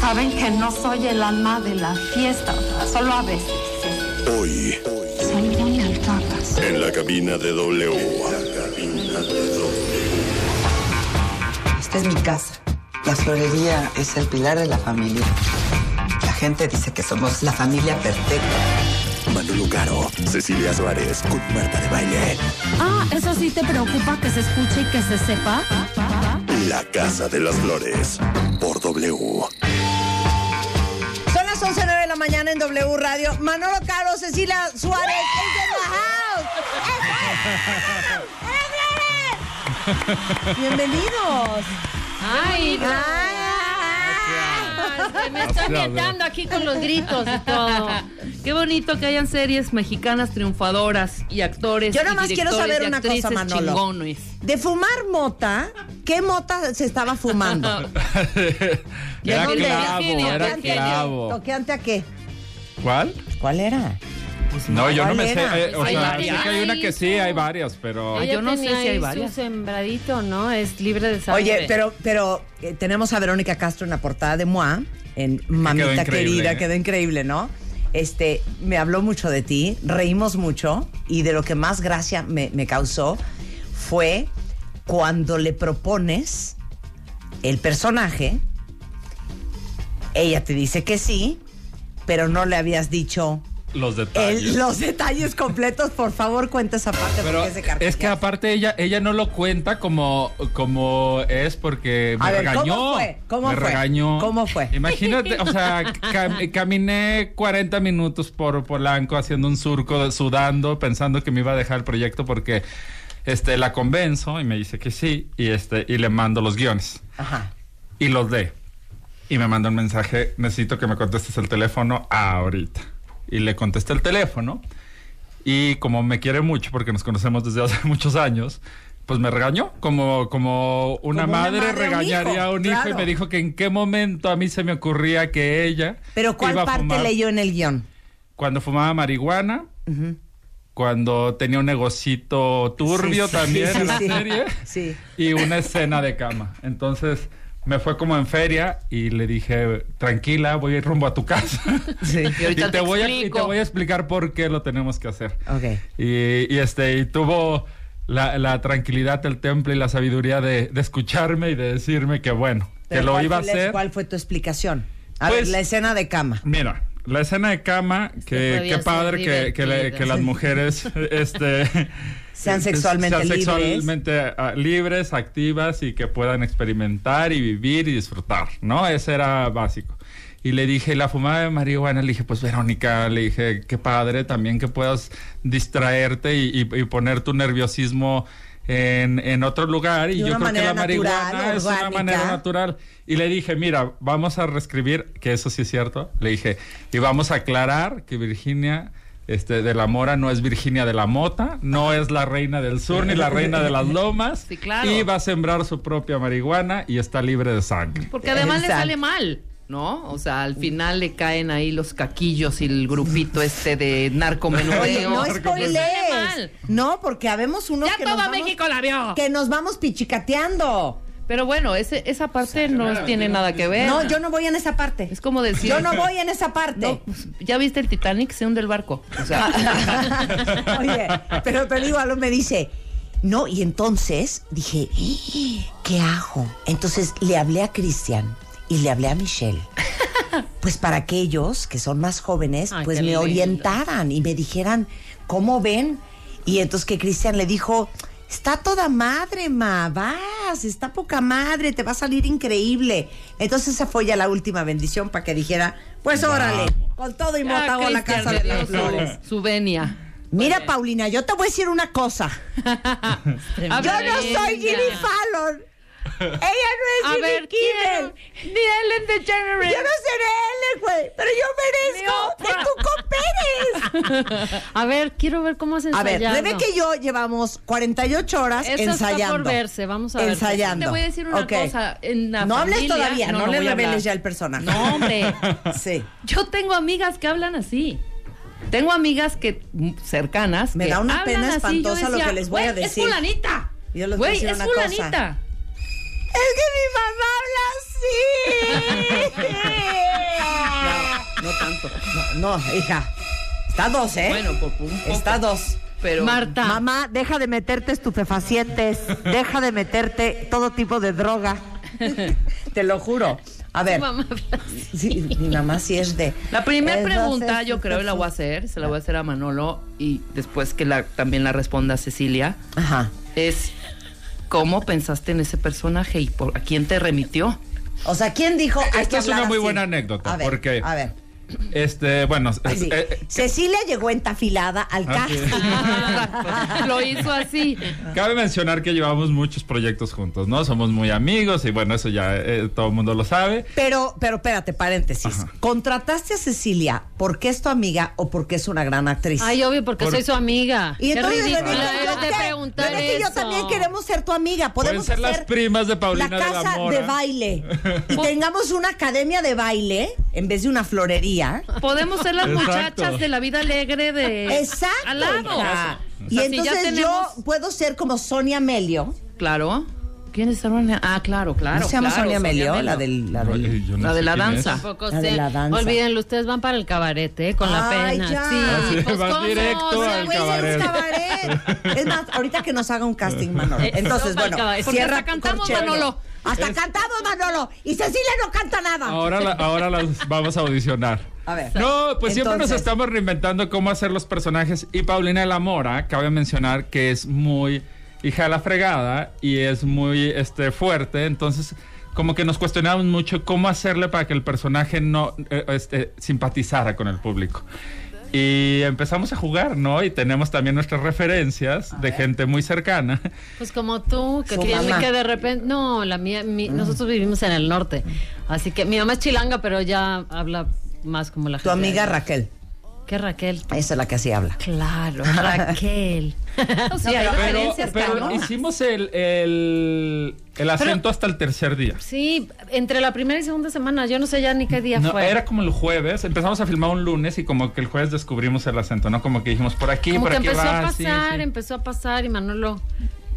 saben que no soy el alma de la fiesta, solo a veces. Hoy, Son muy altadas. en la cabina de W. cabina de Esta es mi casa. La florería es el pilar de la familia. La gente dice que somos la familia perfecta. Manolo Caro, Cecilia Suárez, con Marta de Baile. Ah, eso sí te preocupa que se escuche y que se sepa. La Casa de las Flores, por W. Son las 11.09 de la mañana en W Radio. Manolo Caro, Cecilia Suárez, es de la house. Bienvenidos. Ay, no. Ay, me estoy Aplausos. quedando aquí con los gritos y todo. Qué bonito que hayan series mexicanas triunfadoras y actores. Yo y nomás quiero directores saber y una actrices cosa, Manolo. Chingones. De fumar mota, ¿qué mota se estaba fumando? era dónde? clavo, Virginia, era Virginia. clavo. ¿Toqueante a qué? ¿Cuál? ¿Cuál era? Pues No, yo no me ¿cuál sé. era? eh, o Hay sea, sé varias. que hay una que sí, hay varias, pero. Ah, Ella yo no sé tenía si hay ahí varias. Su sembradito, ¿no? Es libre de sangre. Oye, pero, pero eh, tenemos a Verónica Castro en la portada de Moa, en Mamita increíble, Querida, ¿eh? quedó increíble, ¿no? Este, me habló mucho de ti, reímos mucho, y de lo que más gracia me, me causó fue cuando le propones el personaje, ella te dice que sí, pero no le habías dicho Los el- detalles. los detalles completos. Por favor, cuenta esa parte. Pero porque se es que carcajea. aparte ella ella no lo cuenta como como es porque me A ver, ¿cómo regañó. fue? ¿Cómo me fue? regañó. ¿Cómo fue? Imagínate, o sea, cam- caminé 40 minutos por Polanco haciendo un surco, sudando, pensando que me iba a dejar el proyecto porque este la convenzo y me dice que sí y este y le mando los guiones Ajá. y los lee. Y me manda un mensaje, necesito que me contestes el teléfono ahorita. Y le contesté el teléfono y como me quiere mucho porque nos conocemos desde hace muchos años, pues me regañó como Como como una una madre madre a un regañaría a un hijo, claro. y me dijo que en qué momento a mí se me ocurría que ella Pero ¿cuál iba a parte fumar leyó en el guión? cuando fumaba marihuana. Cuando tenía un negocito turbio Sí, sí, también sí, sí, en la sí. serie. Sí. Y una escena de cama. Entonces me fue como en feria y le dije, tranquila, voy a ir rumbo a tu casa. Sí. Y ahorita te voy a, y explico. te voy a explicar por qué lo tenemos que hacer. Ok. Y, y, este, y tuvo la, la tranquilidad, el temple y la sabiduría de, de escucharme y de decirme que bueno, que Pero lo ¿cuál iba a fue la- hacer. ¿Cuál fue tu explicación? A Pues- ver, la escena de cama. Mira, la escena de cama, que podía qué ser padre que, que le- divertida. que las mujeres este, Sean sexualmente sean libres. sexualmente, ah, libres, activas y que puedan experimentar y vivir y disfrutar, ¿no? Ese era básico. Y le dije, la fumada de marihuana, le dije, pues Verónica, le dije, qué padre también que puedas distraerte y, y- y poner tu nerviosismo en, en otro lugar. Y De una yo creo que manera la marihuana natural, es una orgánica. manera natural natural. Y le dije, mira, vamos a reescribir, que eso sí es cierto. Le dije, y vamos a aclarar que Virginia este, de la Mora no es Virginia de la Mota, no es la reina del sur ni la reina de las lomas. Sí, claro. Y va a sembrar su propia marihuana y está libre de sangre. Porque además le Exacto. sale mal, ¿no? O sea, al final le caen ahí los caquillos y el grupito este de narcomenudeo. Oye, no Les sale spoilees. mal. No, porque habemos unos Ya que todo nos vamos, México la vio. que nos vamos pichicateando. Pero bueno, ese, esa parte no tiene nada que ver. No, yo no voy en esa parte. Es como decir... Yo no voy en esa No, parte. pues, ¿Ya viste el Titanic? Se hunde el barco. O sea... Oye, pero te digo, algo me dice, no, y entonces dije, "Eh, ¿qué hago? Entonces le hablé a Cristian y le hablé a Michelle. Pues para aquellos que son más jóvenes, Ay, pues qué me lindo. orientaran y me dijeran, ¿cómo ven? Y entonces que Cristian le dijo, está toda madre, ma, vas, está poca madre, te va a salir increíble. Entonces esa fue ya la última bendición para que dijera, pues órale, con todo y Ya, mota a Cristian la casa le de dio las su- flores. Su venia. Mira, Paulina, yo te voy a decir una cosa. Yo Habla no de soy ella. Jimmy Fallon. Ella no A es Jimmy ver, Kimmel. ¿quién? Ni Ellen DeGeneres. Yo no seré él, güey. Pero yo merezco Ni Oprah. que tú cooperes. A ver, quiero ver cómo se A ver, ensayado. Rebeca y yo llevamos 48 horas Eso está por ensayando. verse, vamos a ver. Ensayando. Te voy a decir una Ok. cosa. En la no hables familia- todavía, no, le voy a hablar. reveles ya el personaje. No, hombre. Sí. Yo tengo amigas que hablan así. Tengo amigas que mm, cercanas. Me que da una hablan pena así. Yo espantosa lo decía, que les voy a "Güey, decir". Es fulanita. Yo les voy a Güey, decir es una cosa. fulanita. Es que mi mamá habla santo. No, no, hija. Está dos, ¿eh? Bueno, por un poco. Está dos. Pero Marta. Mamá, deja de meterte estupefacientes, deja de meterte todo tipo de droga. Te lo juro. A ver, Mamá, sí, mi mamá sí es de. la primera es dos, pregunta es- yo creo la voy a hacer, se la voy a hacer a Manolo y después que la, también la responda Cecilia, Ajá. es ¿cómo pensaste en ese personaje y por a quién te remitió? O sea, ¿quién dijo? hay Esta que es una hablar muy así? buena anécdota, A ver, porque- A ver. Este, bueno, es- así. eh, ah, Cecilia llegó entafilada al Ah, casting. Ah, Lo hizo así. Cabe mencionar que llevamos muchos proyectos juntos, ¿no? Somos muy amigos y bueno, eso ya eh, todo el mundo lo sabe. Pero, pero espérate, paréntesis. Ajá. ¿Contrataste a Cecilia porque es tu amiga o porque es una gran actriz? Ay, obvio, porque Pues Por- soy su amiga. y entonces Qué ridícula Verónica y yo eres de te- preguntar Verónica y yo eso. también queremos ser tu amiga. Pueden Podemos ser las hacer primas de la Paulina de la casa de, Mora. baile. Y tengamos una academia de baile en vez de una florería. Podemos ser las Exacto. muchachas de la vida alegre de Exacto. al lado. hija. O sea, Y si ya entonces tenemos- yo puedo ser como Sonia Melio. Claro. ¿Quién es Sonia? Ah, claro, claro. ¿No se llama claro, Sonia Melio? Melio. La del. La No, del- eh, yo no La de sé la quién es. danza. Tampoco La de sé. la danza. Olvídenlo, ustedes van para el cabaret, ¿eh? Con la Ay, pena. ya. Sí, Ah, sí, pues vas ¿cómo? directo O sea, al Pues güey, es un cabaret. cabaret. Es más, ahorita que nos haga un casting, Manolo. Eh, Entonces, no, bueno, cabaret, porque cierra hasta tu cantamos, corchete. Manolo. Hasta cantamos, Manolo. Y Cecilia no canta nada. Ahora, la- ahora las vamos a audicionar. A ver. No, pues siempre nos Entonces- estamos reinventando cómo hacer los personajes. Y Paulina de la Mora, cabe mencionar que es muy hija de la fregada y es muy este, fuerte. Entonces, como que nos cuestionamos mucho cómo hacerle para que el personaje no eh, este, simpatizara con el público. Y empezamos a jugar, ¿no? Y tenemos también nuestras referencias de gente muy cercana. Pues como tú, que Su tiene mamá. Mm. que de repente. No, la mía, mi- nosotros vivimos en el norte. Así que mi mamá es chilanga, pero ya habla más como la Tu gente de amiga allá. Raquel. ¿Qué Raquel? Esa es la que así habla. Claro, Raquel. No, sí, hay Pero, referencias pero cabronas. hicimos el, el, el acento hasta el tercer día. Sí, entre la primera y segunda semana, yo no sé ya ni qué día No, fue. era como el jueves, empezamos a filmar un lunes y como que el jueves descubrimos el acento, ¿no? Como que dijimos, por aquí, como por que aquí empezó va, a sí, pasar, sí. empezó a pasar y Manolo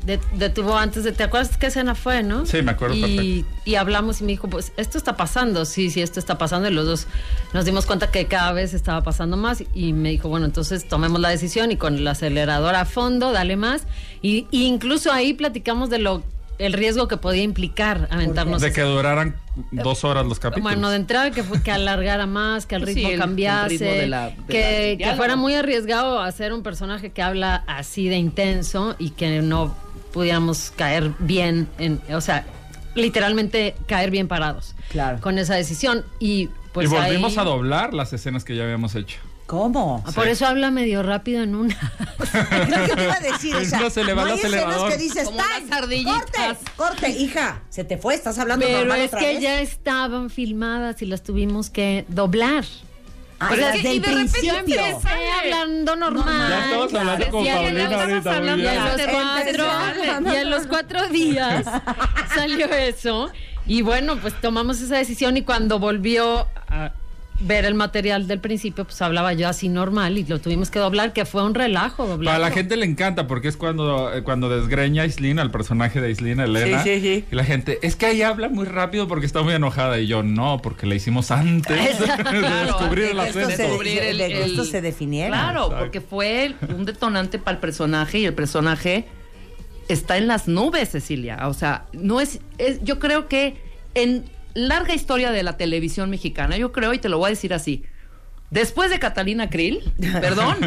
de- detuvo antes de, ¿te acuerdas qué escena fue, no? Sí, me acuerdo Y, perfecto. y hablamos y me dijo, pues esto está pasando, sí, sí, esto está pasando y los dos nos dimos cuenta que cada vez estaba pasando más y me dijo, bueno, entonces tomemos la decisión y con el acelerador a fondo, dale más y, y incluso ahí platicamos de lo el riesgo que podía implicar aventarnos De que duraran Eh, dos horas los capítulos. bueno, de entrada que, fue que alargara más, que el Pues ritmo sí, el- el cambiase, ritmo de la- de la- del que, que diálogo. fuera muy arriesgado hacer un personaje que habla así de intenso y que no pudiéramos caer bien, en, o sea, literalmente caer bien parados Claro. con esa decisión y pues y volvimos ahí- ah, a doblar las escenas que ya habíamos hecho. ¿Cómo? Por eso habla medio rápido en una. Creo que te iba a decir, o sea, Pues No se le va no el hay escenas acelerador. que dices, Como unas "Time, ardillitas". Corte, corte, hija. Se te fue, estás hablando Pero normal es otra que vez. ya estaban filmadas y las tuvimos que doblar. Ah, Pero las es que- del y de repente principio. Empecé hablando normal. ya estamos hablando Sí, con ya Paulina estamos ahorita. muy hablando bien. de los Ya. este cuatro, y a los cuatro días salió eso. Y bueno, pues tomamos esa decisión y cuando volvió a ver el material del principio, pues hablaba yo así normal y lo tuvimos que doblar, que fue un relajo doblar. Para la gente le encanta porque es cuando, eh, cuando desgreña a Islina, el personaje de Islina, Elena. Sí, sí, sí. Y la gente, es que ahí habla muy rápido porque está muy enojada. Y yo, no, porque la hicimos antes de descubrir el de que esto acento. se- de- de que esto se definiera. Claro, Exacto. porque fue el- un detonante para el personaje y el personaje está en las nubes, Cecilia. O sea, no es, es- yo creo que en larga historia de la televisión mexicana, yo creo y te lo voy a decir así. Después de Catalina Krill, perdón,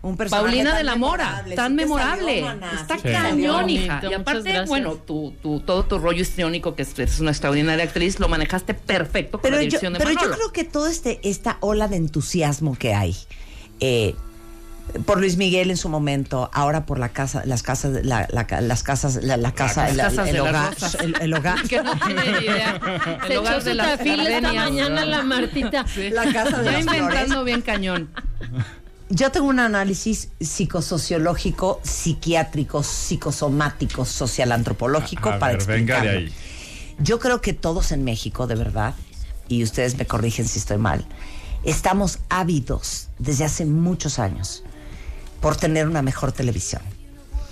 Un personaje Paulina tan de la Mora, memorable, tan sí te memorable. salió, maná, Está sí te cañón, salió. hija. Bonito, Y muchas aparte, gracias. bueno, tu, tu- todo tu rollo histriónico, que es- eres una extraordinaria actriz, lo manejaste perfecto con pero la yo, dirección de pero yo Manolo. creo que toda este, esta ola de entusiasmo que hay eh, por Luis Miguel en su momento, ahora por la casa, las casas, la, la ca- las casas, la, la casa, Las la- casas el, de las hogar, rosas. el, el hogar, que no tiene idea. Se echó su tafil esta gardenias. mañana la Martita. la casa de Está las flores. inventando bien cañón. Yo tengo un análisis psicosociológico, psiquiátrico, psicosomático, socialantropológico A para ver, venga explicarlo. de ahí. Yo creo que todos en México, de verdad, y ustedes me corrigen si estoy mal, estamos ávidos desde hace muchos años por tener una mejor televisión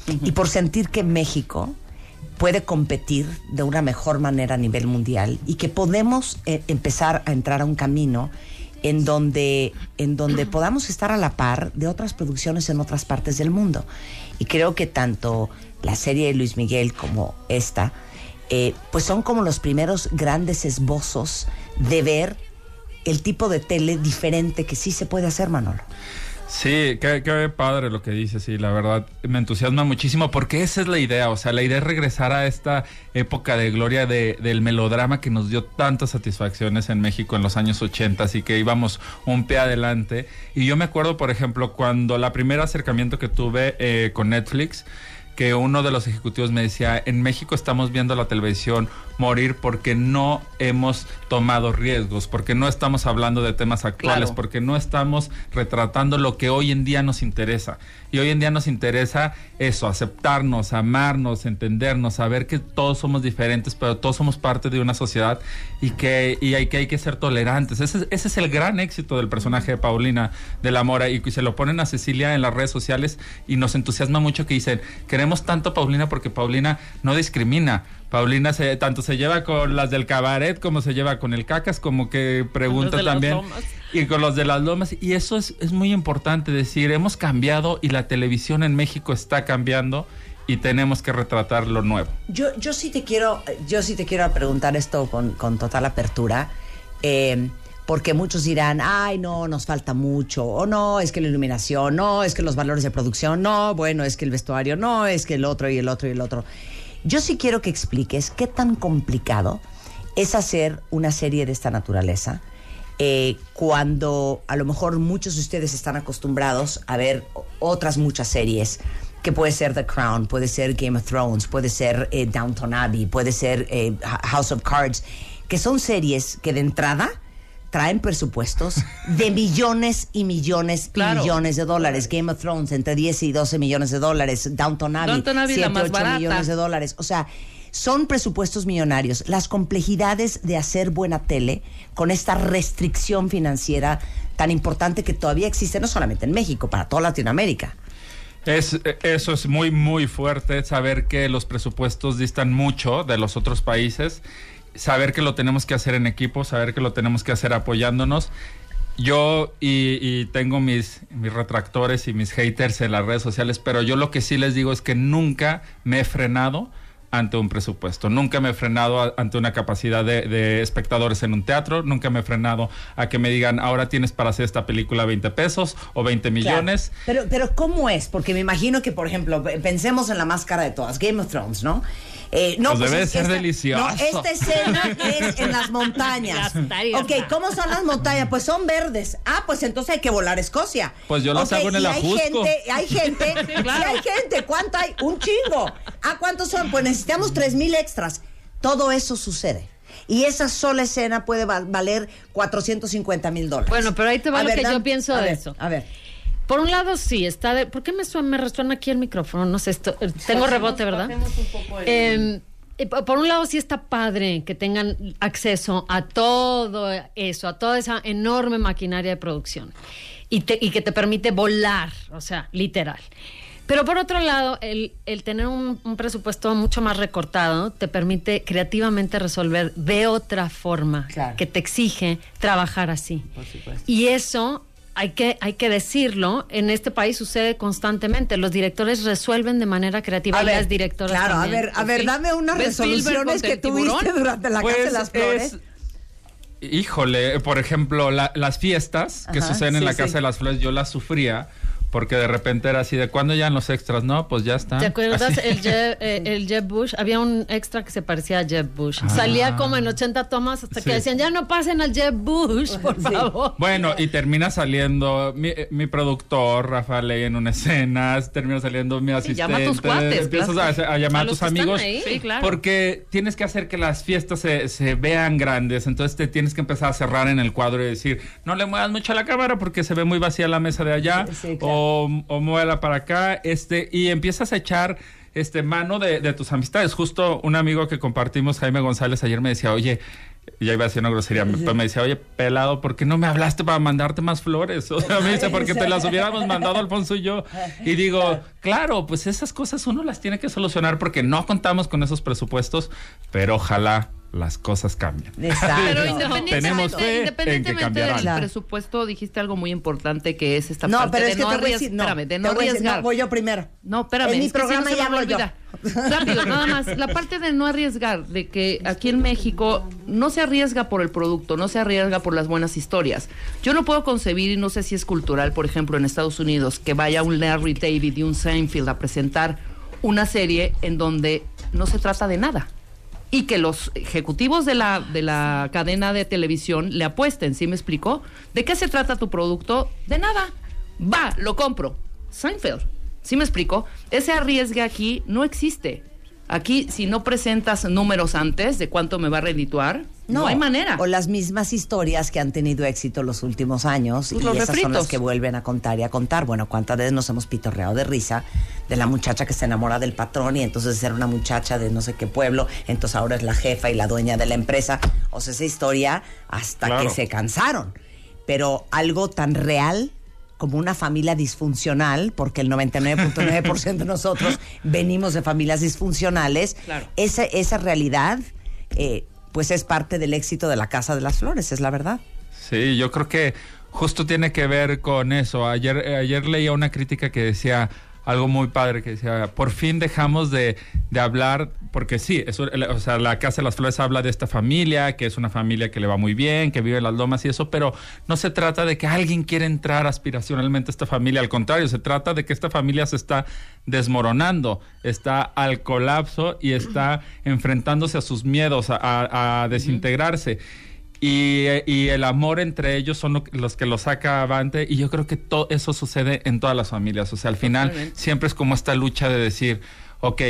y por sentir que México puede competir de una mejor manera a nivel mundial y que podemos eh, empezar a entrar a un camino en donde, en donde podamos estar a la par de otras producciones en otras partes del mundo. Y creo que tanto la serie de Luis Miguel como esta, eh, pues son como los primeros grandes esbozos de ver el tipo de tele diferente que sí se puede hacer, Manolo. Sí, qué, qué padre lo que dices, sí, la verdad me entusiasma muchísimo porque esa es la idea, o sea, la idea es regresar a esta época de gloria de- del melodrama que nos dio tantas satisfacciones en México en los años 80, así que íbamos un pie adelante. Y yo me acuerdo, por ejemplo, cuando la primer acercamiento que tuve eh, con Netflix, que uno de los ejecutivos me decía, en México estamos viendo la televisión morir porque no hemos tomado riesgos, porque no estamos hablando de temas actuales, Claro. porque no estamos retratando lo que hoy en día nos interesa. Y hoy en día nos interesa eso, aceptarnos, amarnos, entendernos, saber que todos somos diferentes, pero todos somos parte de una sociedad y que, y hay, que hay que ser tolerantes. Ese, es- ese es el gran éxito del personaje de Paulina de la Mora y que se lo ponen a Cecilia en las redes sociales y nos entusiasma mucho que dicen, queremos tanto a Paulina porque Paulina no discrimina. Paulina se, tanto se lleva con las del cabaret como se lleva con el cacas, como que pregunta de las también lomas. y con los de las lomas. Y eso es, es muy importante decir, hemos cambiado y la televisión en México está cambiando y tenemos que retratar lo nuevo. Yo, yo sí te quiero, yo sí te quiero preguntar esto con, con total apertura, eh, porque muchos dirán, ay no, nos falta mucho, o no, es que la iluminación, no, es que los valores de producción, no, bueno, es que el vestuario, no, es que el otro y el otro y el otro. Yo sí quiero que expliques qué tan complicado es hacer una serie de esta naturaleza. eh, cuando a lo mejor muchos de ustedes están acostumbrados a ver o- otras muchas series, que puede ser The Crown, puede ser Game of Thrones, puede ser eh, Downton Abbey, puede ser eh, Ha- House of Cards, que son series que de entrada traen presupuestos de millones y millones y Claro. millones de dólares. Game of Thrones entre 10 y 12 millones de dólares, Downton Abbey, Downton Abbey, la 7, más 8 barata. millones de dólares. O sea, son presupuestos millonarios. Las complejidades de hacer buena tele con esta restricción financiera tan importante que todavía existe, no solamente en México, para toda Latinoamérica. Es, eh, eso es muy, muy fuerte, saber que los presupuestos distan mucho de los otros países, saber que lo tenemos que hacer en equipo, saber que lo tenemos que hacer apoyándonos. Yo y, y tengo mis, mis retractores y mis haters en las redes sociales, pero yo lo que sí les digo es que nunca me he frenado ante un presupuesto. Nunca me he frenado a- ante una capacidad de, de espectadores en un teatro. Nunca me he frenado a que me digan, ahora tienes para hacer esta película 20 pesos o 20 millones. Claro. Pero, pero ¿cómo es? Porque me imagino que, por ejemplo, pe- pensemos en la máscara de todas, Game of Thrones, ¿no? Eh, no Pues debe es que ser esta- delicioso. No, esta escena es en las montañas. Las tareas. ok, ¿cómo son las montañas? Pues son verdes. Ah, pues entonces hay que volar a Escocia. Pues yo las Ok, hago en el y hay Ajusco. gente, hay gente, sí hay gente. ¿Cuánto hay? Un chingo. Ah, ¿cuántos son? Pues necesitamos tres mil extras. Todo eso sucede. Y esa sola escena puede val- valer 450 mil dólares. Bueno, pero ahí te va A lo que yo Dan, pienso a de ver, eso. A ver. Por un lado, sí, está de. ¿Por qué me suena, me resuena aquí el micrófono? No sé, esto, eh, tengo rebote, ¿verdad? Em, eh, po- por un lado, sí está padre que tengan acceso a todo eso, a toda esa enorme maquinaria de producción y, te- y que te permite volar, o sea, literal. Pero por otro lado, el, el tener un, un presupuesto mucho más recortado te permite creativamente resolver de otra forma Claro. que te exige trabajar así. Y eso hay que, hay que decirlo, en este país sucede constantemente. Los directores resuelven de manera creativa y las directoras. Claro, también. a ver, a ver, Sí. dame unas ¿Ves Spielberg resoluciones contra que el tiburón? tuviste durante la Casa de las Flores. Pues es- Híjole, por ejemplo, la- las fiestas que Ajá, suceden en sí, la sí. Casa de las Flores, yo las sufría porque de repente era así de cuándo ya los extras, no, pues ya están. ¿Te acuerdas Así. el Jeb, eh, el Jeb Bush? Había un extra que se parecía a Jeb Bush. Ah. Salía como en 80 tomas hasta Sí. que decían, ya no pasen al Jeb Bush, por favor. Bueno, y termina saliendo mi, eh, mi productor, Rafa Ley, en una escena, termina saliendo Sí, mi asistente. llama a tus cuates, Empiezas a- claro. a, llamar A a, los tus que están amigos. ahí. Sí, claro. Porque tienes que hacer que las fiestas se, se vean grandes, entonces te tienes que empezar a cerrar en el cuadro y decir, no le muevas mucho a la cámara porque se ve muy vacía la mesa de allá, Sí, claro. o, o muévela para acá, este, y empiezas a echar este mano de, de tus amistades. Justo un amigo que compartimos, Jaime González, ayer me decía, oye, ya iba a decir una grosería, me- pero me decía, oye, pelado, ¿por qué no me hablaste para mandarte más flores? O sea, me dice, porque te las hubiéramos mandado Alfonso y yo. Y digo, claro, pues esas cosas uno las tiene que solucionar porque no contamos con esos presupuestos, pero ojalá las cosas cambian. Exacto. Pero No. Tenemos fe en que independientemente, independientemente del cambiarán. presupuesto, dijiste algo muy importante que es esta No, parte pero de es que no te voy a arries- decir, no, espérame, de te no voy a decir, no, arriesgar. voy yo primero. No, espérame. En mi es que si no programa se me ya va a hablo yo. olvidar. Rápido, nada más. La parte de no arriesgar, de que aquí en México no se arriesga por el producto, no se arriesga por las buenas historias. Yo no puedo concebir, y no sé si es cultural, por ejemplo, en Estados Unidos, que vaya un Larry David y un Seinfeld a presentar una serie en donde no se trata de nada. Y que los ejecutivos de la, de la cadena de televisión le apuesten, ¿sí me explicó? ¿De qué se trata tu producto? De nada. Va, lo compro. Seinfeld. ¿Sí me explico? Ese arriesgue aquí no existe. Aquí, si no presentas números antes de cuánto me va a redituar, no, hay manera. O las mismas historias que han tenido éxito los últimos años Pues y los esas son las refritos. que vuelven a contar y a contar. Bueno, cuántas veces nos hemos pitorreado de risa de la muchacha que se enamora del patrón y entonces era una muchacha de no sé qué pueblo, entonces ahora es la jefa y la dueña de la empresa. O sea, esa historia hasta Claro. que se cansaron. Pero algo tan real como una familia disfuncional, porque el 99.9% de nosotros venimos de familias disfuncionales, Claro. esa, esa realidad, eh, pues es parte del éxito de la Casa de las Flores, es la verdad. Sí, yo creo que justo tiene que ver con eso. Ayer, eh, ayer leía una crítica que decía algo muy padre, que decía, por fin dejamos de, de hablar, porque sí, es un- el- o sea, la Casa de las Flores habla de esta familia, que es una familia que le va muy bien, que vive en las lomas y eso, pero no se trata de que alguien quiera entrar aspiracionalmente a esta familia, al contrario, se trata de que esta familia se está desmoronando, está al colapso y está enfrentándose a sus miedos, a- a- a desintegrarse y, y el amor entre ellos son lo- los que lo saca avante y yo creo que todo eso sucede en todas las familias. O sea, al final Totalmente. siempre es como esta lucha de decir, ok,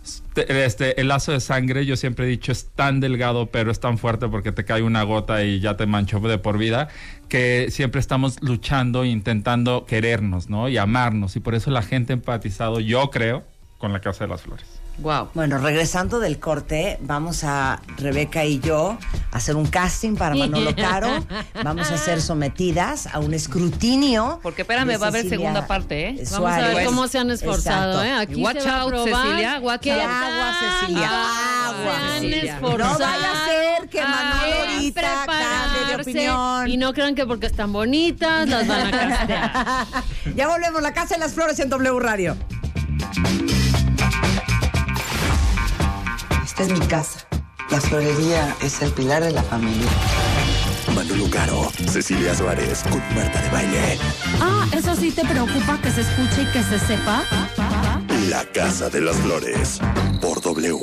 este, este, el lazo de sangre, yo siempre he dicho, es tan delgado pero es tan fuerte porque te cae una gota y ya te manchó de por vida, que siempre estamos luchando e intentando querernos, ¿no? Y amarnos. Y por eso la gente ha empatizado, yo creo, con la Casa de las Flores. Wow. Bueno, regresando del corte, vamos a Rebeca y yo a hacer un casting para Manolo Caro. Vamos a ser sometidas a un escrutinio. Porque, espérame, de va a haber Cecilia segunda parte, ¿eh? Vamos Vamos a ver Suárez. cómo se han esforzado, Exacto. ¿eh? Aquí Watch se va a out, probar Cecilia, watch qué out. tal Agua, Cecilia, agua, Se Cecilia. han esforzado. No vaya a ser que Manolo a ahorita prepararse, cambie de opinión. Y no crean que porque están bonitas las van a castear. ya volvemos, la Casa de las Flores en W Radio. Esta es mi casa. La florería es el pilar de la familia. Manolo Caro, Cecilia Suárez con Marta de Baile. Ah, eso sí te preocupa que se escuche y que se sepa. La Casa de las Flores por W.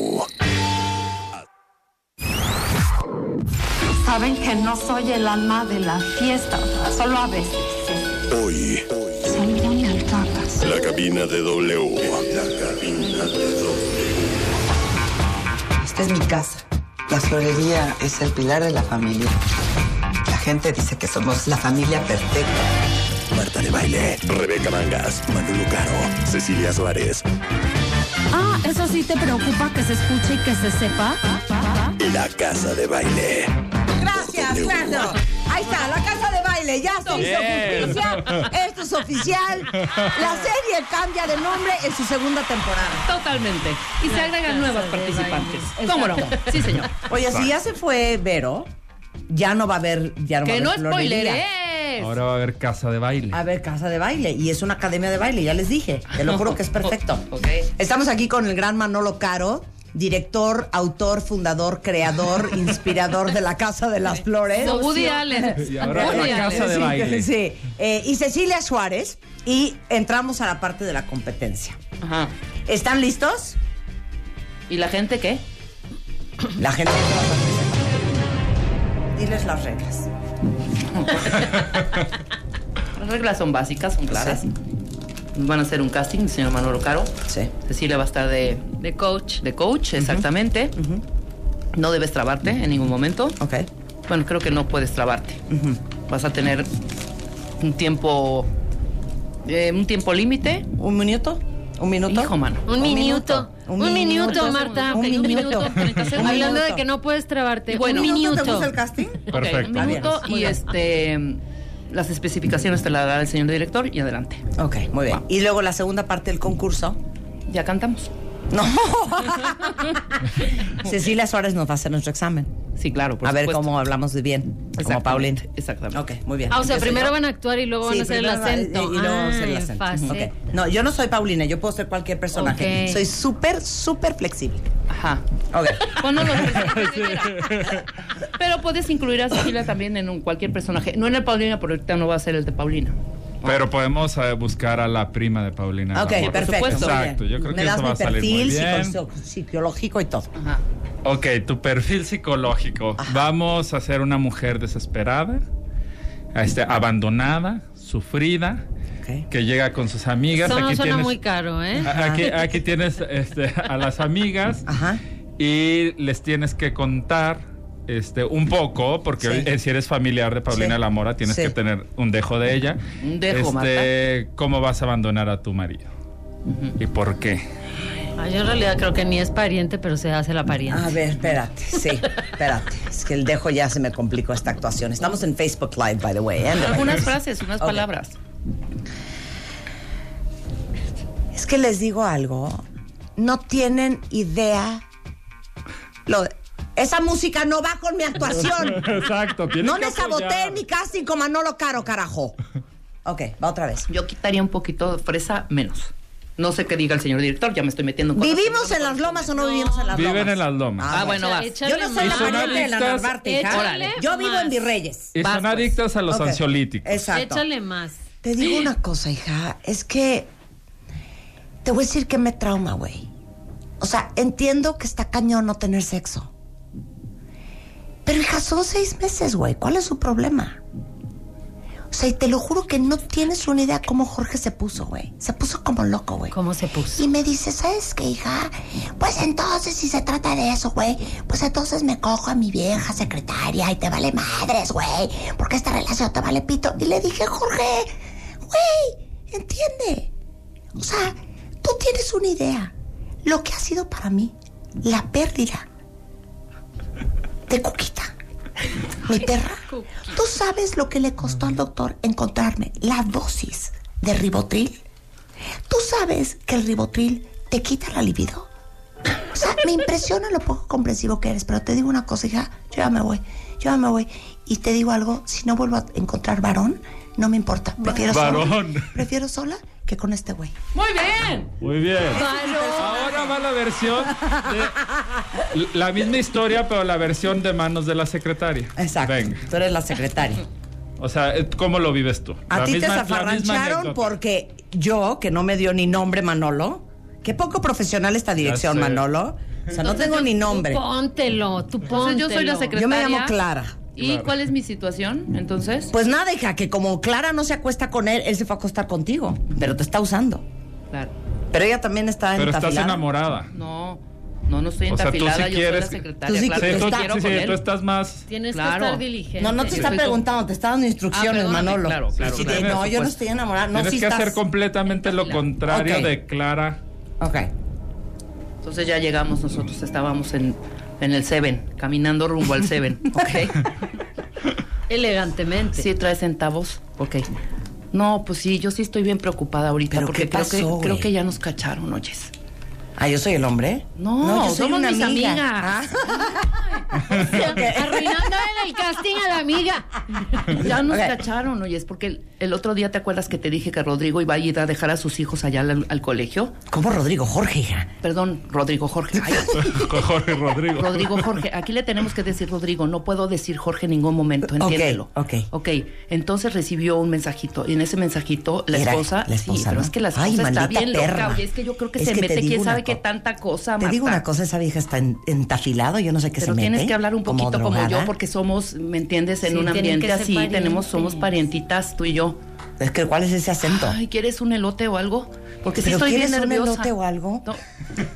Saben que no soy el alma de la fiesta, solo a veces. Hoy, Son muy altadas. la cabina de W. La cabina de W. Esta es mi casa. La florería es el pilar de la familia. La gente dice que somos la familia perfecta. Marta de Baile, Rebeca Mangas, Manolo Caro, Cecilia Suárez. Ah, eso sí te preocupa que se escuche y que se sepa. La Casa de Baile. Gracias, claro. Ahí está, la casa de baile, ya se Bien. hizo justicia. Esto es oficial. La serie cambia de nombre en su segunda temporada. Totalmente. Y se agregan nuevas participantes. baile. ¿Cómo no? Exacto. Sí, señor. Oye, si ya se fue Vero, ya no va a haber, ya no va a Que no haber florería. spoileres. Ahora va a haber casa de baile. A ver, casa de baile. Y es una academia de baile, ya les dije. Te lo juro que es perfecto. Ok. Estamos aquí con el gran Manolo Caro, director, autor, fundador, creador, inspirador de la Casa de las Flores. Como Woody Allen. Y ahora Woody la Allen. casa de Sí, baile. Sí. Eh, y Cecilia Suárez. Y entramos a la parte de la competencia. Ajá. ¿Están listos? ¿Y la gente qué? La gente. que nos representa. Diles las reglas. Las reglas son básicas, son claras. Sí. Van a hacer un casting, el señor Manolo Caro. Sí. Cecilia va a estar de, De coach. de coach, exactamente. No debes trabarte en ningún momento. Ok. Bueno, creo que no puedes trabarte. Vas a tener un tiempo, eh, un tiempo límite. ¿Un minuto? ¿Un minuto? Hijo, mano. Un, minuto. Un Un minuto, minuto, Marta. un Ok, minuto. treinta Un segundos. Hablando de minuto. que no puedes trabarte. Y bueno, un ¿Un minuto. ¿Te gusta el casting? Perfecto. Ok, un minuto Está bien. y este las especificaciones te las dará el señor director y adelante. Ok, muy bien. Va. Y luego la segunda parte del concurso. Ya cantamos. No. Cecilia Suárez nos va a hacer nuestro examen. Sí, claro, por a ver supuesto. cómo hablamos de bien, como Exactamente, Paulina. exactamente. Ok, muy bien. Ah, o sea, Empiezo primero yo. van a actuar y luego van Sí, a hacer el primero va- acento. Y, y luego Ah, hacer el acento. faceta. Ok. No, yo no soy Paulina, yo puedo ser cualquier personaje. Ok. Soy súper, súper flexible. Ajá. Ok. Ponlo los personajes que quieras. Pero puedes incluir a Cecilia también en un- cualquier personaje. No en el Paulina, porque ahorita no va a ser el de Paulina. Pero podemos eh, buscar a la prima de Paulina. ok, Gamboa. perfecto. supuesto. Ah, Exacto, yo creo Me que das eso va mi a salir muy perfil bien. psico- psicológico y todo. Ajá. Ok, tu perfil psicológico. Vamos a ser una mujer desesperada, este, abandonada, sufrida, Ok. que llega con sus amigas. Eso no aquí suena tienes, Ah. muy caro, ¿eh? a- aquí, aquí tienes este, a las amigas Ajá. y les tienes que contar. Este, un poco, porque Sí. eh, si eres familiar de Paulina Sí. La Mora, tienes Sí. que tener un dejo de ella. Un dejo, este, ¿Cómo vas a abandonar a tu marido? ¿Y por qué? Ah, yo en realidad creo que ni es pariente, pero se hace la pariente. A ver, espérate, sí, espérate. Es que el dejo ya se me complicó esta actuación. Estamos en Facebook Live, by the way. ¿eh? Algunas frases, unas Ok. palabras. Es que les digo algo. No tienen idea. Lo- esa música no va con mi actuación. Exacto, tienes No que me saboteé apoyar. mi casting con Manolo Caro, carajo. Ok, va otra vez. Yo quitaría un poquito de fresa menos. No sé qué diga el señor director, ya me estoy metiendo en cosas. ¿Vivimos en las lomas o no vivimos en las lomas? Viven en las lomas. Ah, bueno, vas. Yo no soy la Échale Y son pariente de la adictas- Narvarte, hija. Órale. Yo vivo Más. en Virreyes. Y Vas, son pues. adictas a los Ok, ansiolíticos. Exacto. Échale más. Te digo una cosa, hija, es que te voy a decir que me trauma, güey. O sea, entiendo que está cañón no tener sexo. Pero, hija, son seis meses, güey. ¿Cuál es su problema? O sea, y te lo juro que no tienes una idea cómo Jorge se puso, güey. Se puso como loco, güey. ¿Cómo se puso? Y me dice, ¿sabes qué, hija? Pues entonces, si se trata de eso, güey, pues entonces me cojo a mi vieja secretaria y te vale madres, güey, porque esta relación te vale pito. Y le dije, Jorge, güey, entiende. O sea, tú tienes una idea. Lo que ha sido para mí la pérdida de Cuquita, mi perra. Tú sabes lo que le costó al doctor encontrarme la dosis de ribotril. ¿Tú sabes que el ribotril te quita la libido? O sea, me impresiona lo poco comprensivo que eres, pero te digo una cosa, hija, yo ya me voy, yo ya me voy. Y te digo algo, si no vuelvo a encontrar varón, no me importa. Prefiero Varón. sola. Prefiero sola que con este güey. Muy bien. Muy bien. Varón. Ahora va la versión de la misma historia, pero la versión de manos de la secretaria. Venga. Tú eres la secretaria. O sea, ¿cómo lo vives tú? A La ti te misma- la misma zafarrancharon anécdota. porque yo, que no me dio ni nombre Manolo, qué poco profesional esta dirección, sé. Manolo. O sea, no tengo ni nombre. Tú póntelo, tú póntelo. Entonces yo soy la secretaria. Yo me llamo Clara. ¿Y Claro. cuál es mi situación entonces? Pues nada, hija, que como Clara no se acuesta con él, él se fue a acostar contigo, pero te está usando. Claro. Pero ella también está en Pero estás enamorada. No, no, no estoy O sea, tú sí entafilada, yo soy la quieres- secretaria. Tú sí Sí, claro, que- yo tú, quiero sí, con sí, él. tú estás más. Tienes Claro. que estar diligente. No, no te Sí, está soy tú. preguntando, te está dando instrucciones, perdóname, Manolo. claro, claro, Sí, claro. de, no, yo no Pues, estoy enamorada. No, Tienes sí que estás. hacer completamente lo contrario Ok. de Clara. Ok. Entonces ya llegamos nosotros, estábamos en, en el Seven, caminando rumbo al Seven. ok. Elegantemente. Sí, trae centavos. Ok. No, pues sí, yo sí estoy bien preocupada ahorita ¿Pero porque qué creo, pasó, que, creo güey? que ya nos cacharon, oyes. Ah, yo soy el hombre. No, somos mis amigas. Ah. Arruinándole el casting a la amiga. Ya nos Ok. cacharon, oyes, porque el, el otro día te acuerdas que te dije que Rodrigo iba a ir a dejar a sus hijos allá al, al colegio. ¿Cómo Rodrigo Jorge, hija? Perdón, Rodrigo Jorge. Ay, Jorge Rodrigo. Rodrigo Jorge, aquí le tenemos que decir Rodrigo, no puedo decir Jorge en ningún momento, entiéndelo. ok. Ok, entonces recibió un mensajito y en ese mensajito la Era esposa, la esposa, sí, pero ¿no? es que la esposa Ay, está maldita bien perra. loca, oye, es que yo creo que Es se que te mete digo quién una sabe qué co- tanta cosa, Te digo Marta. una cosa, esa vieja está en- entafilado, yo no sé qué Pero se mete. tienes que hablar un como poquito como, yo drogada. porque somos, ¿me entiendes? En Sí, un tienen ambiente que ser así, tenemos somos parientes. parentitas tú y yo. Es que, ¿cuál es ese acento? Ay, ¿quieres un elote o algo? Porque sí ¿Pero estoy bien quieres un nerviosa. elote o algo? No.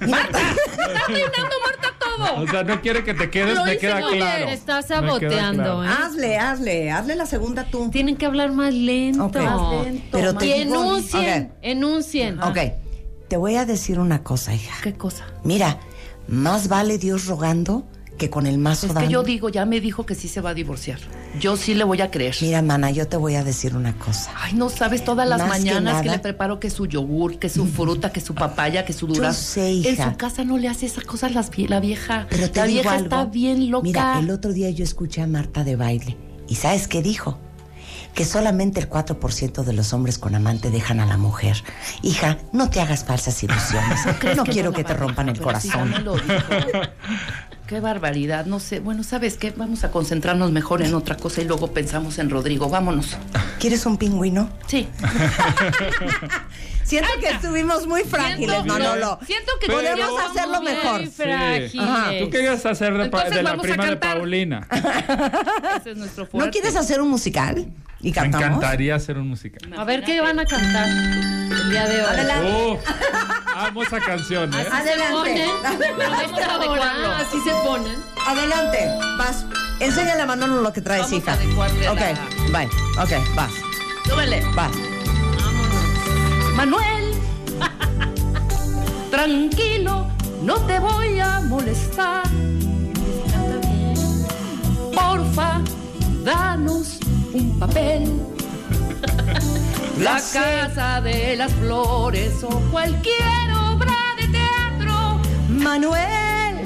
Mira, Está brindando Marta todo. O sea, no quiere que te quedes, Lo me hice queda muy bien, claro. estás Me queda saboteando, claro. ¿eh? hazle, hazle, hazle la segunda tú. Tienen que hablar más lento. Ok. Más lento, Pero te y digo- enuncien, enuncien. Ah. Ok, te voy a decir una cosa, hija. ¿Qué cosa? Mira, más vale Dios rogando que con el mazo Es que dando. yo digo, ya me dijo que sí se va a divorciar. Yo sí le voy a creer. Mira, mana, yo te voy a decir una cosa. Ay, no sabes todas las Más que mañanas que, nada- Mm. le preparo que su yogur, que su fruta, que su papaya, que su durazno. sé, hija. En su casa no le hace esas cosas las vie- la vieja. Pero te la digo vieja algo. está bien loca. Mira, el otro día yo escuché a Marta de baile. ¿Y sabes qué dijo? Que solamente el 4% de los hombres con amante dejan a la mujer. Hija, no te hagas falsas ilusiones. no quiero que te rompan el Pero sí, ya corazón. me lo dijo. Qué barbaridad, no sé. Bueno, ¿sabes qué? Vamos a concentrarnos mejor en otra cosa y luego pensamos en Rodrigo. Vámonos. ¿Quieres un pingüino? Sí. Siento que estuvimos muy frágiles. no, Siento- no, no. Siento que Pero- queríamos Podemos hacerlo muy mejor. Muy Sí. frágiles. Ajá. Tú querías hacer de, pa- Entonces de la vamos a prima de cantar. Paulina. Ese es nuestro fuerte. ¿No quieres hacer un musical? ¿Y Me cantamos? encantaría hacer un musical. A ver qué van a cantar el día de hoy. Uf, amo esa canción, ¿eh? Ponen, Adelante. a esta hora, así se ponen. Adelante. Vas. Enséñale a Manolo lo que traes, Vamos a hija. adecuarle a ok, la- bye. Ok, vas. Súbele. Vas. Manuel, tranquilo, no te voy a molestar. Porfa, danos un papel. La casa de las flores o cualquier obra de teatro. Manuel,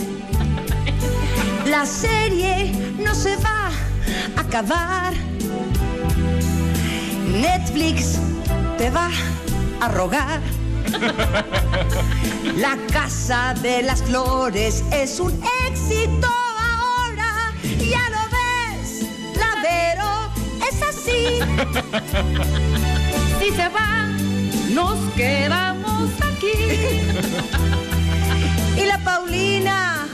la serie no se va a acabar. Netflix te va a rogar. La casa de las flores es un éxito ahora. Ya lo ves, la Vero es así. Si se va, nos quedamos aquí. Y la Paulina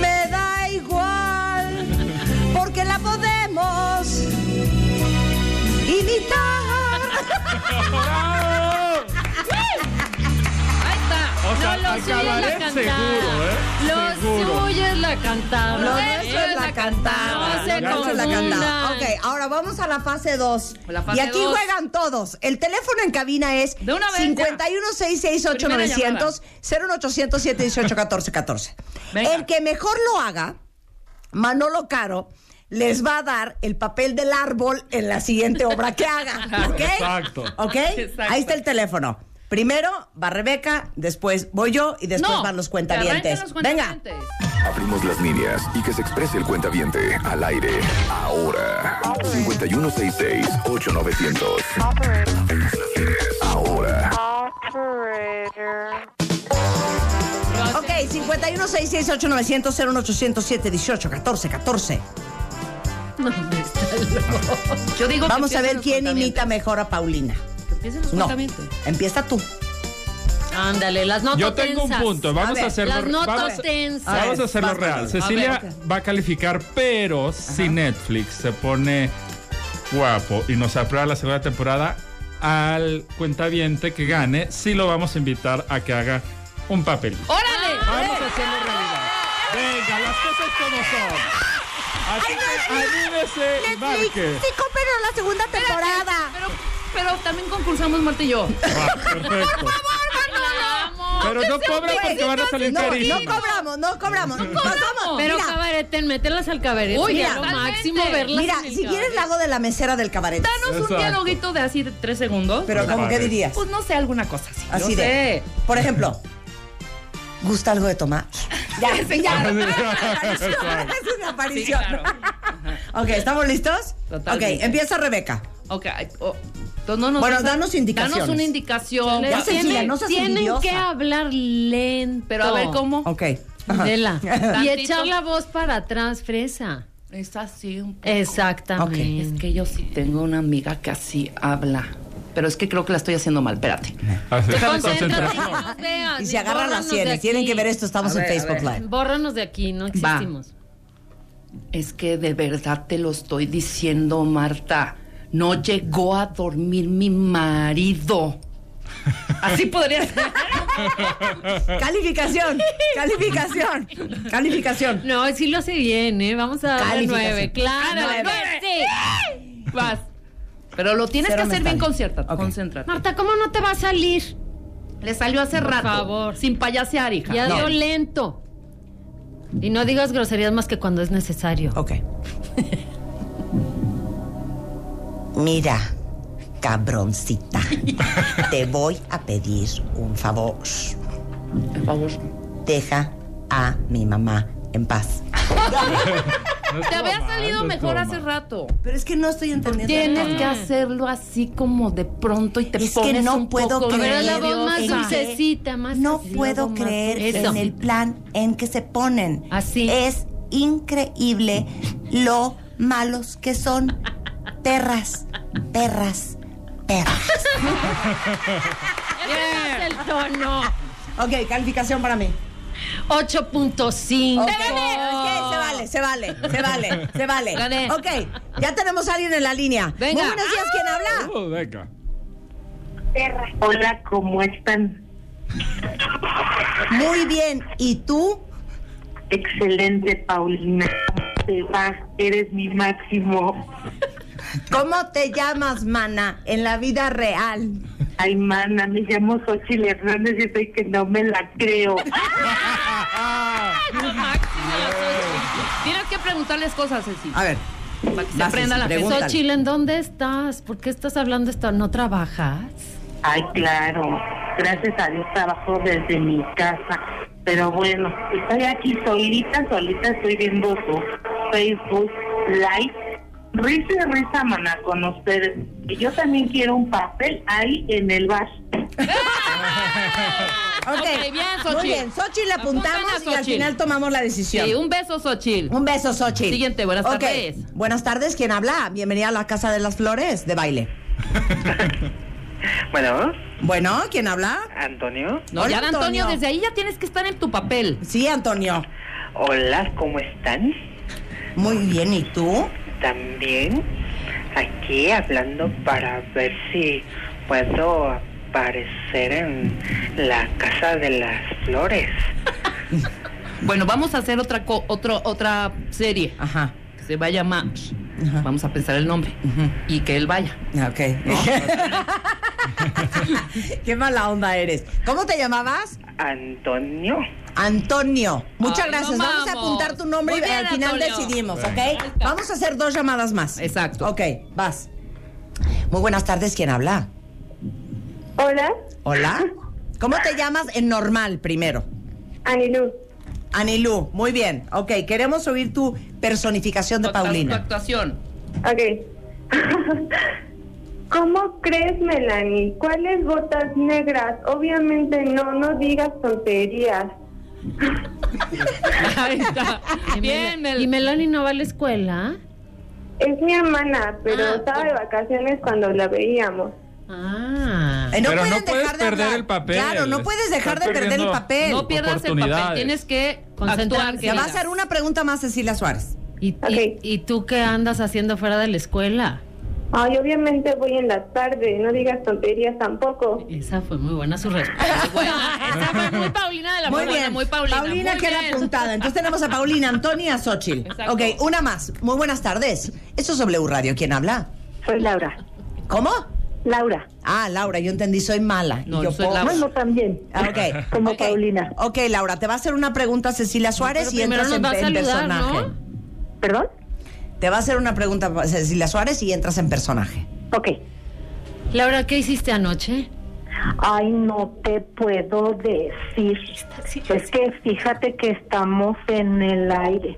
me da igual porque la podemos imitar. ¡Bravo! Ahí está. O sea, no, lo suyo es la acabaré cantada. seguro, ¿eh? Lo Seguro. suyo es la cantada. Lo nuestro es la cantada. No se Lo nuestro es la confundan. cantada. Ok, ahora vamos a la fase 2. La fase Y aquí dos. juegan todos. El teléfono en cabina es De una vez, 51668900 01800 718 1414. Venga. El que mejor lo haga, Manolo Caro, les va a dar el papel del árbol en la siguiente obra que haga. ¿Ok? Exacto. ¿Ok? Exacto. Ahí está el teléfono. Primero va Rebeca, después voy yo y después van los que cuentavientes. arranquen los Venga. cuentavientes. Abrimos las líneas y que se exprese el cuentaviente al aire. Ahora. 5166-8900. Ahora. Ok, 51 668 900 01800 718 14 14. No, hombre, está loco. Yo digo que Vamos a empiecen ver los quién imita cuentavientes. mejor a Paulina. Que empiecen los No, cuentavientes. empieza tú. Ándale, las notas Yo tengo un tensas. punto, vamos ver, a, hacerlo las notas vamos, a- tensas. vamos a hacerlo Vas, real. Manolo. Cecilia Ah, A ver. va a calificar, pero si Netflix se pone guapo y nos aprueba la segunda temporada, al cuentaviente que gane, sí lo vamos a invitar a que haga un papel. ¡Órale! Vamos a hacerlo realidad. Venga, las cosas como son. Así que anímese y marque. pero la segunda Ah. temporada. Pero, pero también concursamos Marta y yo. Va, Ah, perfecto. Vamos. Pero no cobra porque van a Pues, salir No, carísimos. no cobramos, no cobramos. No cobramos. Pero mira, cabareten, mételas al cabaret. Uy, Mira, ya. lo Totalmente. máximo verlas. mira, en el si quieres cabaret. la hago de la mesera del cabaret. Danos Exacto. un dialoguito de así de tres segundos. Pero como que Cabaret. dirías. Pues no sé, alguna cosa así. Así no de. sé. Por ejemplo, ¿gusta algo de tomar? Ya, ya. Es una Sí, aparición. claro. Ok, ¿estamos listos? Totalmente. Ok, empieza Rebeca. Ok. oh, entonces no nos Bueno, vas a- danos indicaciones. Danos una indicación. Ya, Les Cecilia, tienen, no seas tienen envidiosa. que hablar lento. Pero a ver cómo. Ok. Ajá. Dela. Y Tantito. echar la voz para atrás, fresa. Es así un poco. Exactamente. Es que yo sí tengo una amiga que así habla. Pero es que creo que la estoy haciendo mal. Espérate. Así, Concéntrate, concentración. no nos veas, Y y se agarra las bórranos de sienes. aquí. Tienen que ver esto, estamos A en ver, a Facebook ver. Live. Bórranos de aquí, no existimos. Es que de verdad te lo estoy diciendo, Marta. No llegó a dormir mi marido. Así podría ser. Calificación, calificación, calificación. No, sí lo hace bien, ¿eh? Vamos a darle Calificación. nueve. Claro, Ándale, nueve. Sí. Vas. Pero lo tienes Cero que hacer bien mental. concierta. Ok. Concéntrate. Marta, ¿cómo no te va a salir? Le salió hace Por rato. favor. Sin payasear, hija. Ya No. dio lento. Y no digas groserías más que cuando es necesario. Ok. Mira, cabroncita, te voy a pedir un favor. Por favor. Deja a mi mamá en paz. No es Te había broma, salido no es mejor broma. hace rato. Pero es que no estoy entendiendo. Tienes que hacerlo así como de pronto y te Es que pones no un puedo poco A ver, creer la voz nerviosa. más en que- dulcecita, más No así, puedo la voz más- creer Eso. en el plan en que se ponen. Así. Es increíble lo malos que son. Perras, perras, perras. Ese es el tono. Ok, calificación para mí. 8.5. Ok, ok, se vale, se vale, se vale, se vale. Gané. Ok, ya tenemos a alguien en la línea. Venga. Muy buenos días, ¿quién habla? Oh, venga. Hola, ¿cómo están? Muy bien, ¿y tú? Excelente, Paulina. Te vas, eres mi máximo. ¿Cómo te llamas, mana, en la vida real? Ay, mana, me llamo Xochitl Hernández y soy que no me la creo. Lo máximo, la Xochitl. Tienes que preguntarles cosas, Ceci. A ver, Para que se vas, aprenda la pregunta. Xochitl. Xochitl, ¿en dónde estás? ¿Por qué estás hablando esto? ¿No trabajas? Ay, claro. Gracias a Dios trabajo desde mi casa. Pero bueno, estoy aquí solita, solita. Estoy viendo su Facebook Live. Risa y risa, mana, con ustedes. Y yo también quiero un papel ahí en el bar. ok. Ok, bien, Xochitl. Muy bien, Xochitl le apuntamos Apuntan a y al Xochitl. final tomamos la decisión. Sí, un beso, Xochitl. Un beso, Xochitl. Siguiente, buenas Ok. tardes. Buenas tardes, ¿quién habla? Bienvenida a la Casa de las Flores de Baile. Bueno, Bueno, ¿quién habla? Antonio. No, Hola, ya, Antonio, Antonio. desde ahí ya tienes que estar en tu papel. Sí, Antonio. Hola, ¿cómo están? Muy bien, ¿y tú? También aquí hablando para ver si puedo aparecer en la Casa de las Flores. Bueno, vamos a hacer otra co- otro, otra serie Ah, Ajá. que se va a llamar. Ajá. Vamos a pensar el nombre y que él vaya. Ok. Qué mala onda eres. ¿Cómo te llamabas? Antonio. Antonio. Muchas Ay, gracias. no Vamos a vamos. apuntar tu nombre Muy y al bien, final Antonio. decidimos, Venga. ¿ok? Vamos a hacer dos llamadas más. Exacto. Ok, vas. Muy buenas tardes, ¿quién habla? Hola, Hola. ¿Cómo te llamas en normal primero? Anilú. Anilú, muy bien. Ok, queremos oír tu personificación de Tu actua- Tu Paulina. actuación. Ok. ¿Cómo crees, Melanie? ¿Cuáles botas negras? Obviamente no, no digas tonterías. Ahí está. Y Bien, Mel- Mel. ¿Y Melanie no va a la escuela? Es mi hermana, pero Ah, estaba de vacaciones cuando la veíamos. Ah. Eh, Pero pueden no puedes dejar de perder hablar. el papel. Claro, no puedes dejar Estás de perder el perdiendo- papel. No pierdas el papel. Oportunidades. Tienes que Concentrarte. actuar. Te querida. va a hacer una pregunta más, Cecilia Suárez. ¿Y, y- Ok. ¿Y tú qué andas haciendo fuera de la escuela? Ay, obviamente voy en la tarde, no digas tonterías tampoco. Esa fue muy buena su respuesta. Esa fue muy Paulina de la Muy Paulina, bien. Muy Paulina. muy queda bien. apuntada. Entonces tenemos a Paulina, Antonia, y a Xochitl. Exacto. Ok, una más. Muy buenas tardes. Eso es W Radio. ¿Quién habla? Soy Laura. ¿Cómo? Laura. Ah, Laura, yo entendí, soy mala. No, Y yo yo soy po- Laura. también. Ah, ok. Como Ok. Paulina. Ok, Laura, te va a hacer una pregunta Cecilia Suárez Pero y primero entras en, nos va a en saludar, personaje. ¿no? ¿Perdón? Te va a hacer una pregunta Cecilia Suárez y entras en personaje. Ok. Laura, ¿qué hiciste anoche? Ay, no te puedo decir. Es que fíjate que estamos en el aire.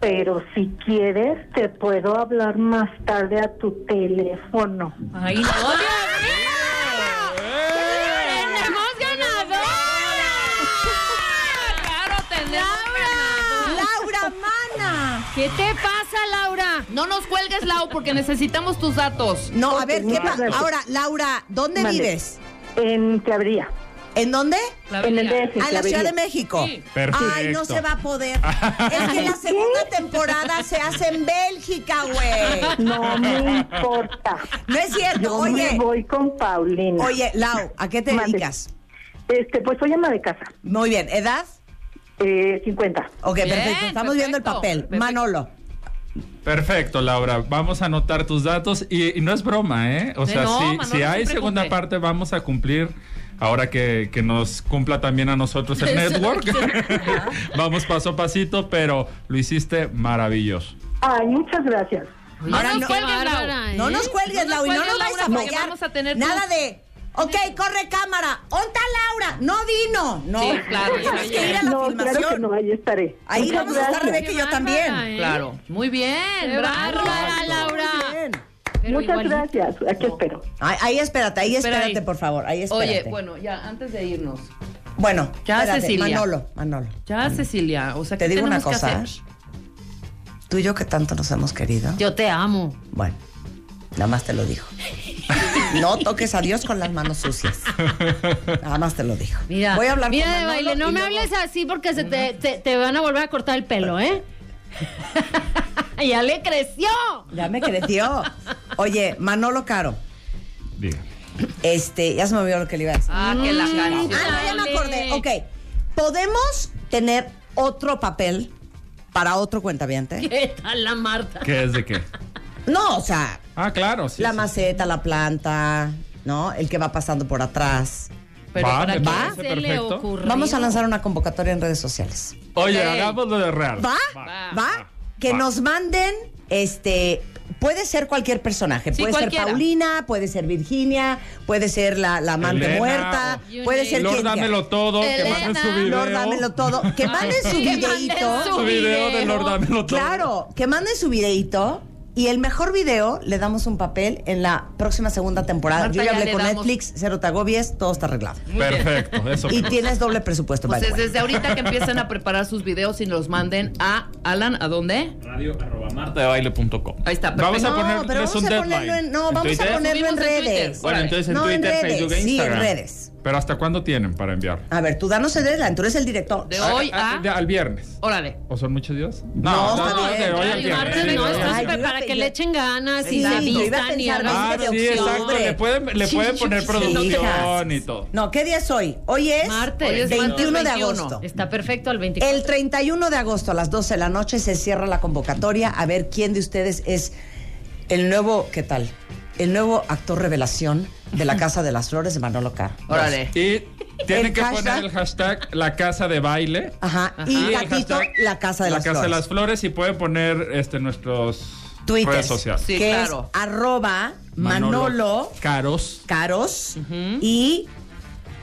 Pero si quieres, te puedo hablar más tarde a tu teléfono. Ay, no. ¡Tenemos ganadora! Claro, tenemos ganador. ¡Laura Mana! ¿Qué te pasa, Laura? No nos cuelgues, Lau, porque necesitamos tus datos. No, a ver, ¿qué muchas pa- gracias. Ahora, Laura, ¿dónde Mande. vives? En te habría. ¿En dónde? La En el Ah, verdad. DF. en la Clavería. Ciudad de México. Sí. Perfecto. Ay, no se va a poder. Es que la segunda temporada se hace en Bélgica, güey. No me importa. No es cierto. Yo me Oye, voy con Paulina. oye, Lau, ¿a qué te Mande. dedicas? Este, pues soy ama de casa. Muy bien, ¿edad? Eh, 50. Ok, Bien, perfecto. Estamos viendo el perfecto. papel. Perfecto. Manolo. Perfecto, Laura. Vamos a anotar tus datos y, y no es broma, ¿eh? O sea, no, si, Manolo si hay siempre segunda cumple. parte, vamos a cumplir ahora que, que nos cumpla también a nosotros el network. Vamos paso a pasito, pero lo hiciste maravilloso. Ay, muchas gracias. Pues No nos cuelgues, ¿eh? Lau. No nos cuelgues, Lau, y no nos vayas a porque fallar. vamos a tener Nada tus- de. Ok, corre cámara. ¿Onta Laura? No vino. No, Sí, claro, tienes sí, que ir a la no, filmación. claro que no, ahí estaré. Ahí Muchas vamos a estar gracias. Rebeca y yo eh, también. Claro. Muy bien, ¿eh? ¡Qué bravo. bárbara, Laura! Pero Muchas igualito. gracias, aquí espero. Ahí, ahí espérate, ahí Espera espérate, ahí. por favor. Ahí espérate. Oye, bueno, ya antes de irnos. Bueno, Ya, espérate, Cecilia. Manolo, Manolo. Ya, Cecilia, o sea, Te ¿qué digo una tenemos que cosa. hacer? Tú y yo que tanto nos hemos querido. Yo te amo. Bueno, nada más te lo dijo. No toques a Dios con las manos sucias. Nada más te lo dijo. Mira, voy a hablar mira con de Manolo baile, no y me luego- hables así porque se te, te- te van a volver a cortar el pelo, ¿eh? ya le creció. Ya me creció. Oye, Manolo Caro, Dígame. este, ya se me olvidó lo que le iba a decir. Ah, que la Mm, canción. Ah, no, ya me acordé. Dale. Ok. ¿Podemos tener otro papel para otro cuentaviente? ¿Qué tal la Marta? ¿Qué es de qué? No, o sea, Ah, claro, sí. la sí. maceta, la planta, ¿no? El que va pasando por atrás. Pero Va, para me que parece se le perfecto. ocurrió? Vamos a lanzar una convocatoria en redes sociales. Oye, Ok. hagámoslo de real. ¿Va? Va. ¿Va? Va. Que Ah, Va. nos manden, este, puede ser cualquier personaje. Sí, puede cualquiera. ser Paulina, puede ser Virginia, puede ser la, la amante Elena, muerta, o- puede ser Lord, quien sea. dámelo todo, que Elena, manden su video. Lord, dámelo todo. Que manden su Que manden videíto. Su video de video. Lord, dámelo todo. Claro, que manden su videíto. Y el mejor video le damos un papel en la próxima segunda temporada. Marta, Yo ya ya hablé le con damos- Netflix, cero te agobies, todo está arreglado. Perfecto, eso. Y creo. tienes doble presupuesto, by the Pues way. desde ahorita que empiecen a preparar sus videos y los manden a Alan, ¿a dónde? Radio arroba martadebaile.com. Ahí está, Vamos perfecto. a No, ponerles pero vamos un a deadline. ponerlo en, no, ¿En vamos Twitter? a ponerlo en Subimos en Twitter. redes. Bueno, entonces en no, Twitter, en redes, Facebook e sí, en Instagram. redes. Pero ¿hasta cuándo tienen para enviar? Ah, A ver, tú danos el deadline, tú eres el director. De hoy a. de- al viernes. Órale. ¿O son muchos días? No, está de bien. hoy al Ay, viernes. Marta, Sí, no, de hoy al estás Ay, viernes. pre- yo para te- que le echen ganas y Sí, se yo iba a vistan y pensar hagan Ah, de sí, octubre. exacto. Le pueden, le Sí, pueden sí, poner sí, producción sí. y todo. No, ¿qué día es hoy? Hoy es Martes. Hoy es 21 de martes 21. agosto. Está perfecto al 24. El 31 de agosto a las 12 de la noche se cierra la convocatoria a ver quién de ustedes es el nuevo, ¿qué tal? El nuevo actor revelación de la Casa de las Flores de Manolo Caro. Órale. Y tienen El que poner hashtag- el hashtag la casa de baile. Ajá. el Y gatito, hashtag la Casa de la las casa de Flores. las flores y pueden poner este nuestros Twitter. redes sociales. Sí, que claro. es arroba Manolo, Caros. Caros y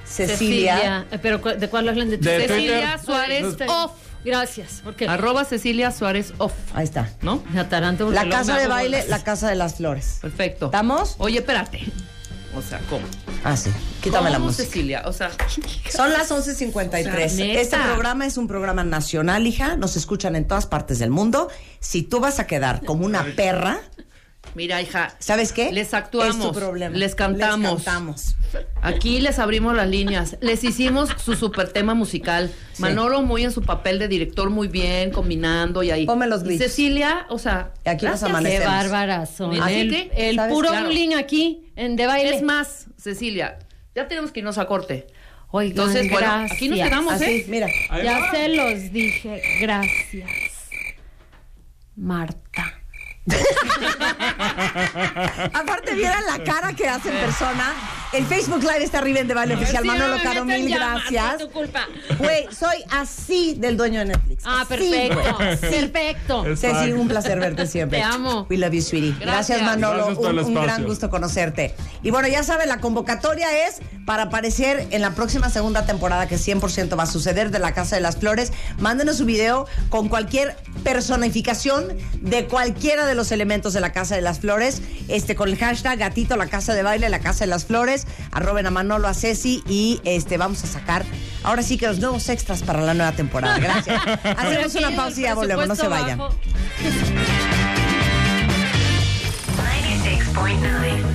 Cecilia. Eh, Pero cu- ¿de cuál hablan de De Cecilia Twitter. Suárez Este. off. Gracias, porque Arroba Cecilia Suárez Off. Ahí está. ¿No? me ataranto porque La luego casa me de hago baile, bolas. la casa de las flores. Perfecto. ¿Estamos? Oye, espérate. O sea, ¿cómo? Ah, sí. Quítame la ¿Cómo, música. Cecilia? O sea, Son las 11.53. O sea, neta. este programa es un programa nacional, hija. Nos escuchan en todas partes del mundo. Si tú vas a quedar como una perra, mira, hija. ¿sabes qué? Les actuamos. Es tu problema. Les cantamos. Les cantamos. Aquí les abrimos las líneas, les hicimos su super tema musical. Sí. Manolo muy en su papel de director, muy bien, combinando y ahí. Ponme los Y gritos. Cecilia, o sea, Y aquí nos gracias. Qué amanecemos. bárbaras son. Así El, que, el ¿sabes? puro Claro. bullying aquí en de baile. Es más, Cecilia, ya tenemos que irnos a corte. Oigan, Entonces, bueno, gracias. aquí nos quedamos, Así, ¿eh? mira. Ya se los dije, gracias. Marta. Aparte, vieran la cara que hace en persona. El Facebook Live está arriba en De Baile Oficial. Sí, Manolo me Caro, meten mil ya, Marta, gracias. tu culpa. Güey, soy así del dueño de Netflix. Ah, Así, perfecto. güey. Perfecto. Ceci, un placer verte siempre. Te amo. We love you, sweetie. Gracias, Gracias. Manolo. Gracias por el un, un espacio. gran gusto conocerte. Y bueno, ya saben, la convocatoria es para aparecer en la próxima segunda temporada que 100% va a suceder de La Casa de las Flores. Mándenos su video con cualquier personificación de cualquiera de los elementos de La Casa de las Flores. Este, con el hashtag gatito, la casa de baile, la casa de las flores. Arroben a Manolo, a Ceci y este, vamos a sacar ahora sí que los nuevos extras para la nueva temporada. Gracias. Hacemos una pausa y ya volvemos. No se vayan.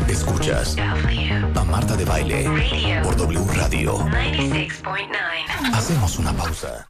Escuchas a Marta de Baile por W Radio. Hacemos una pausa.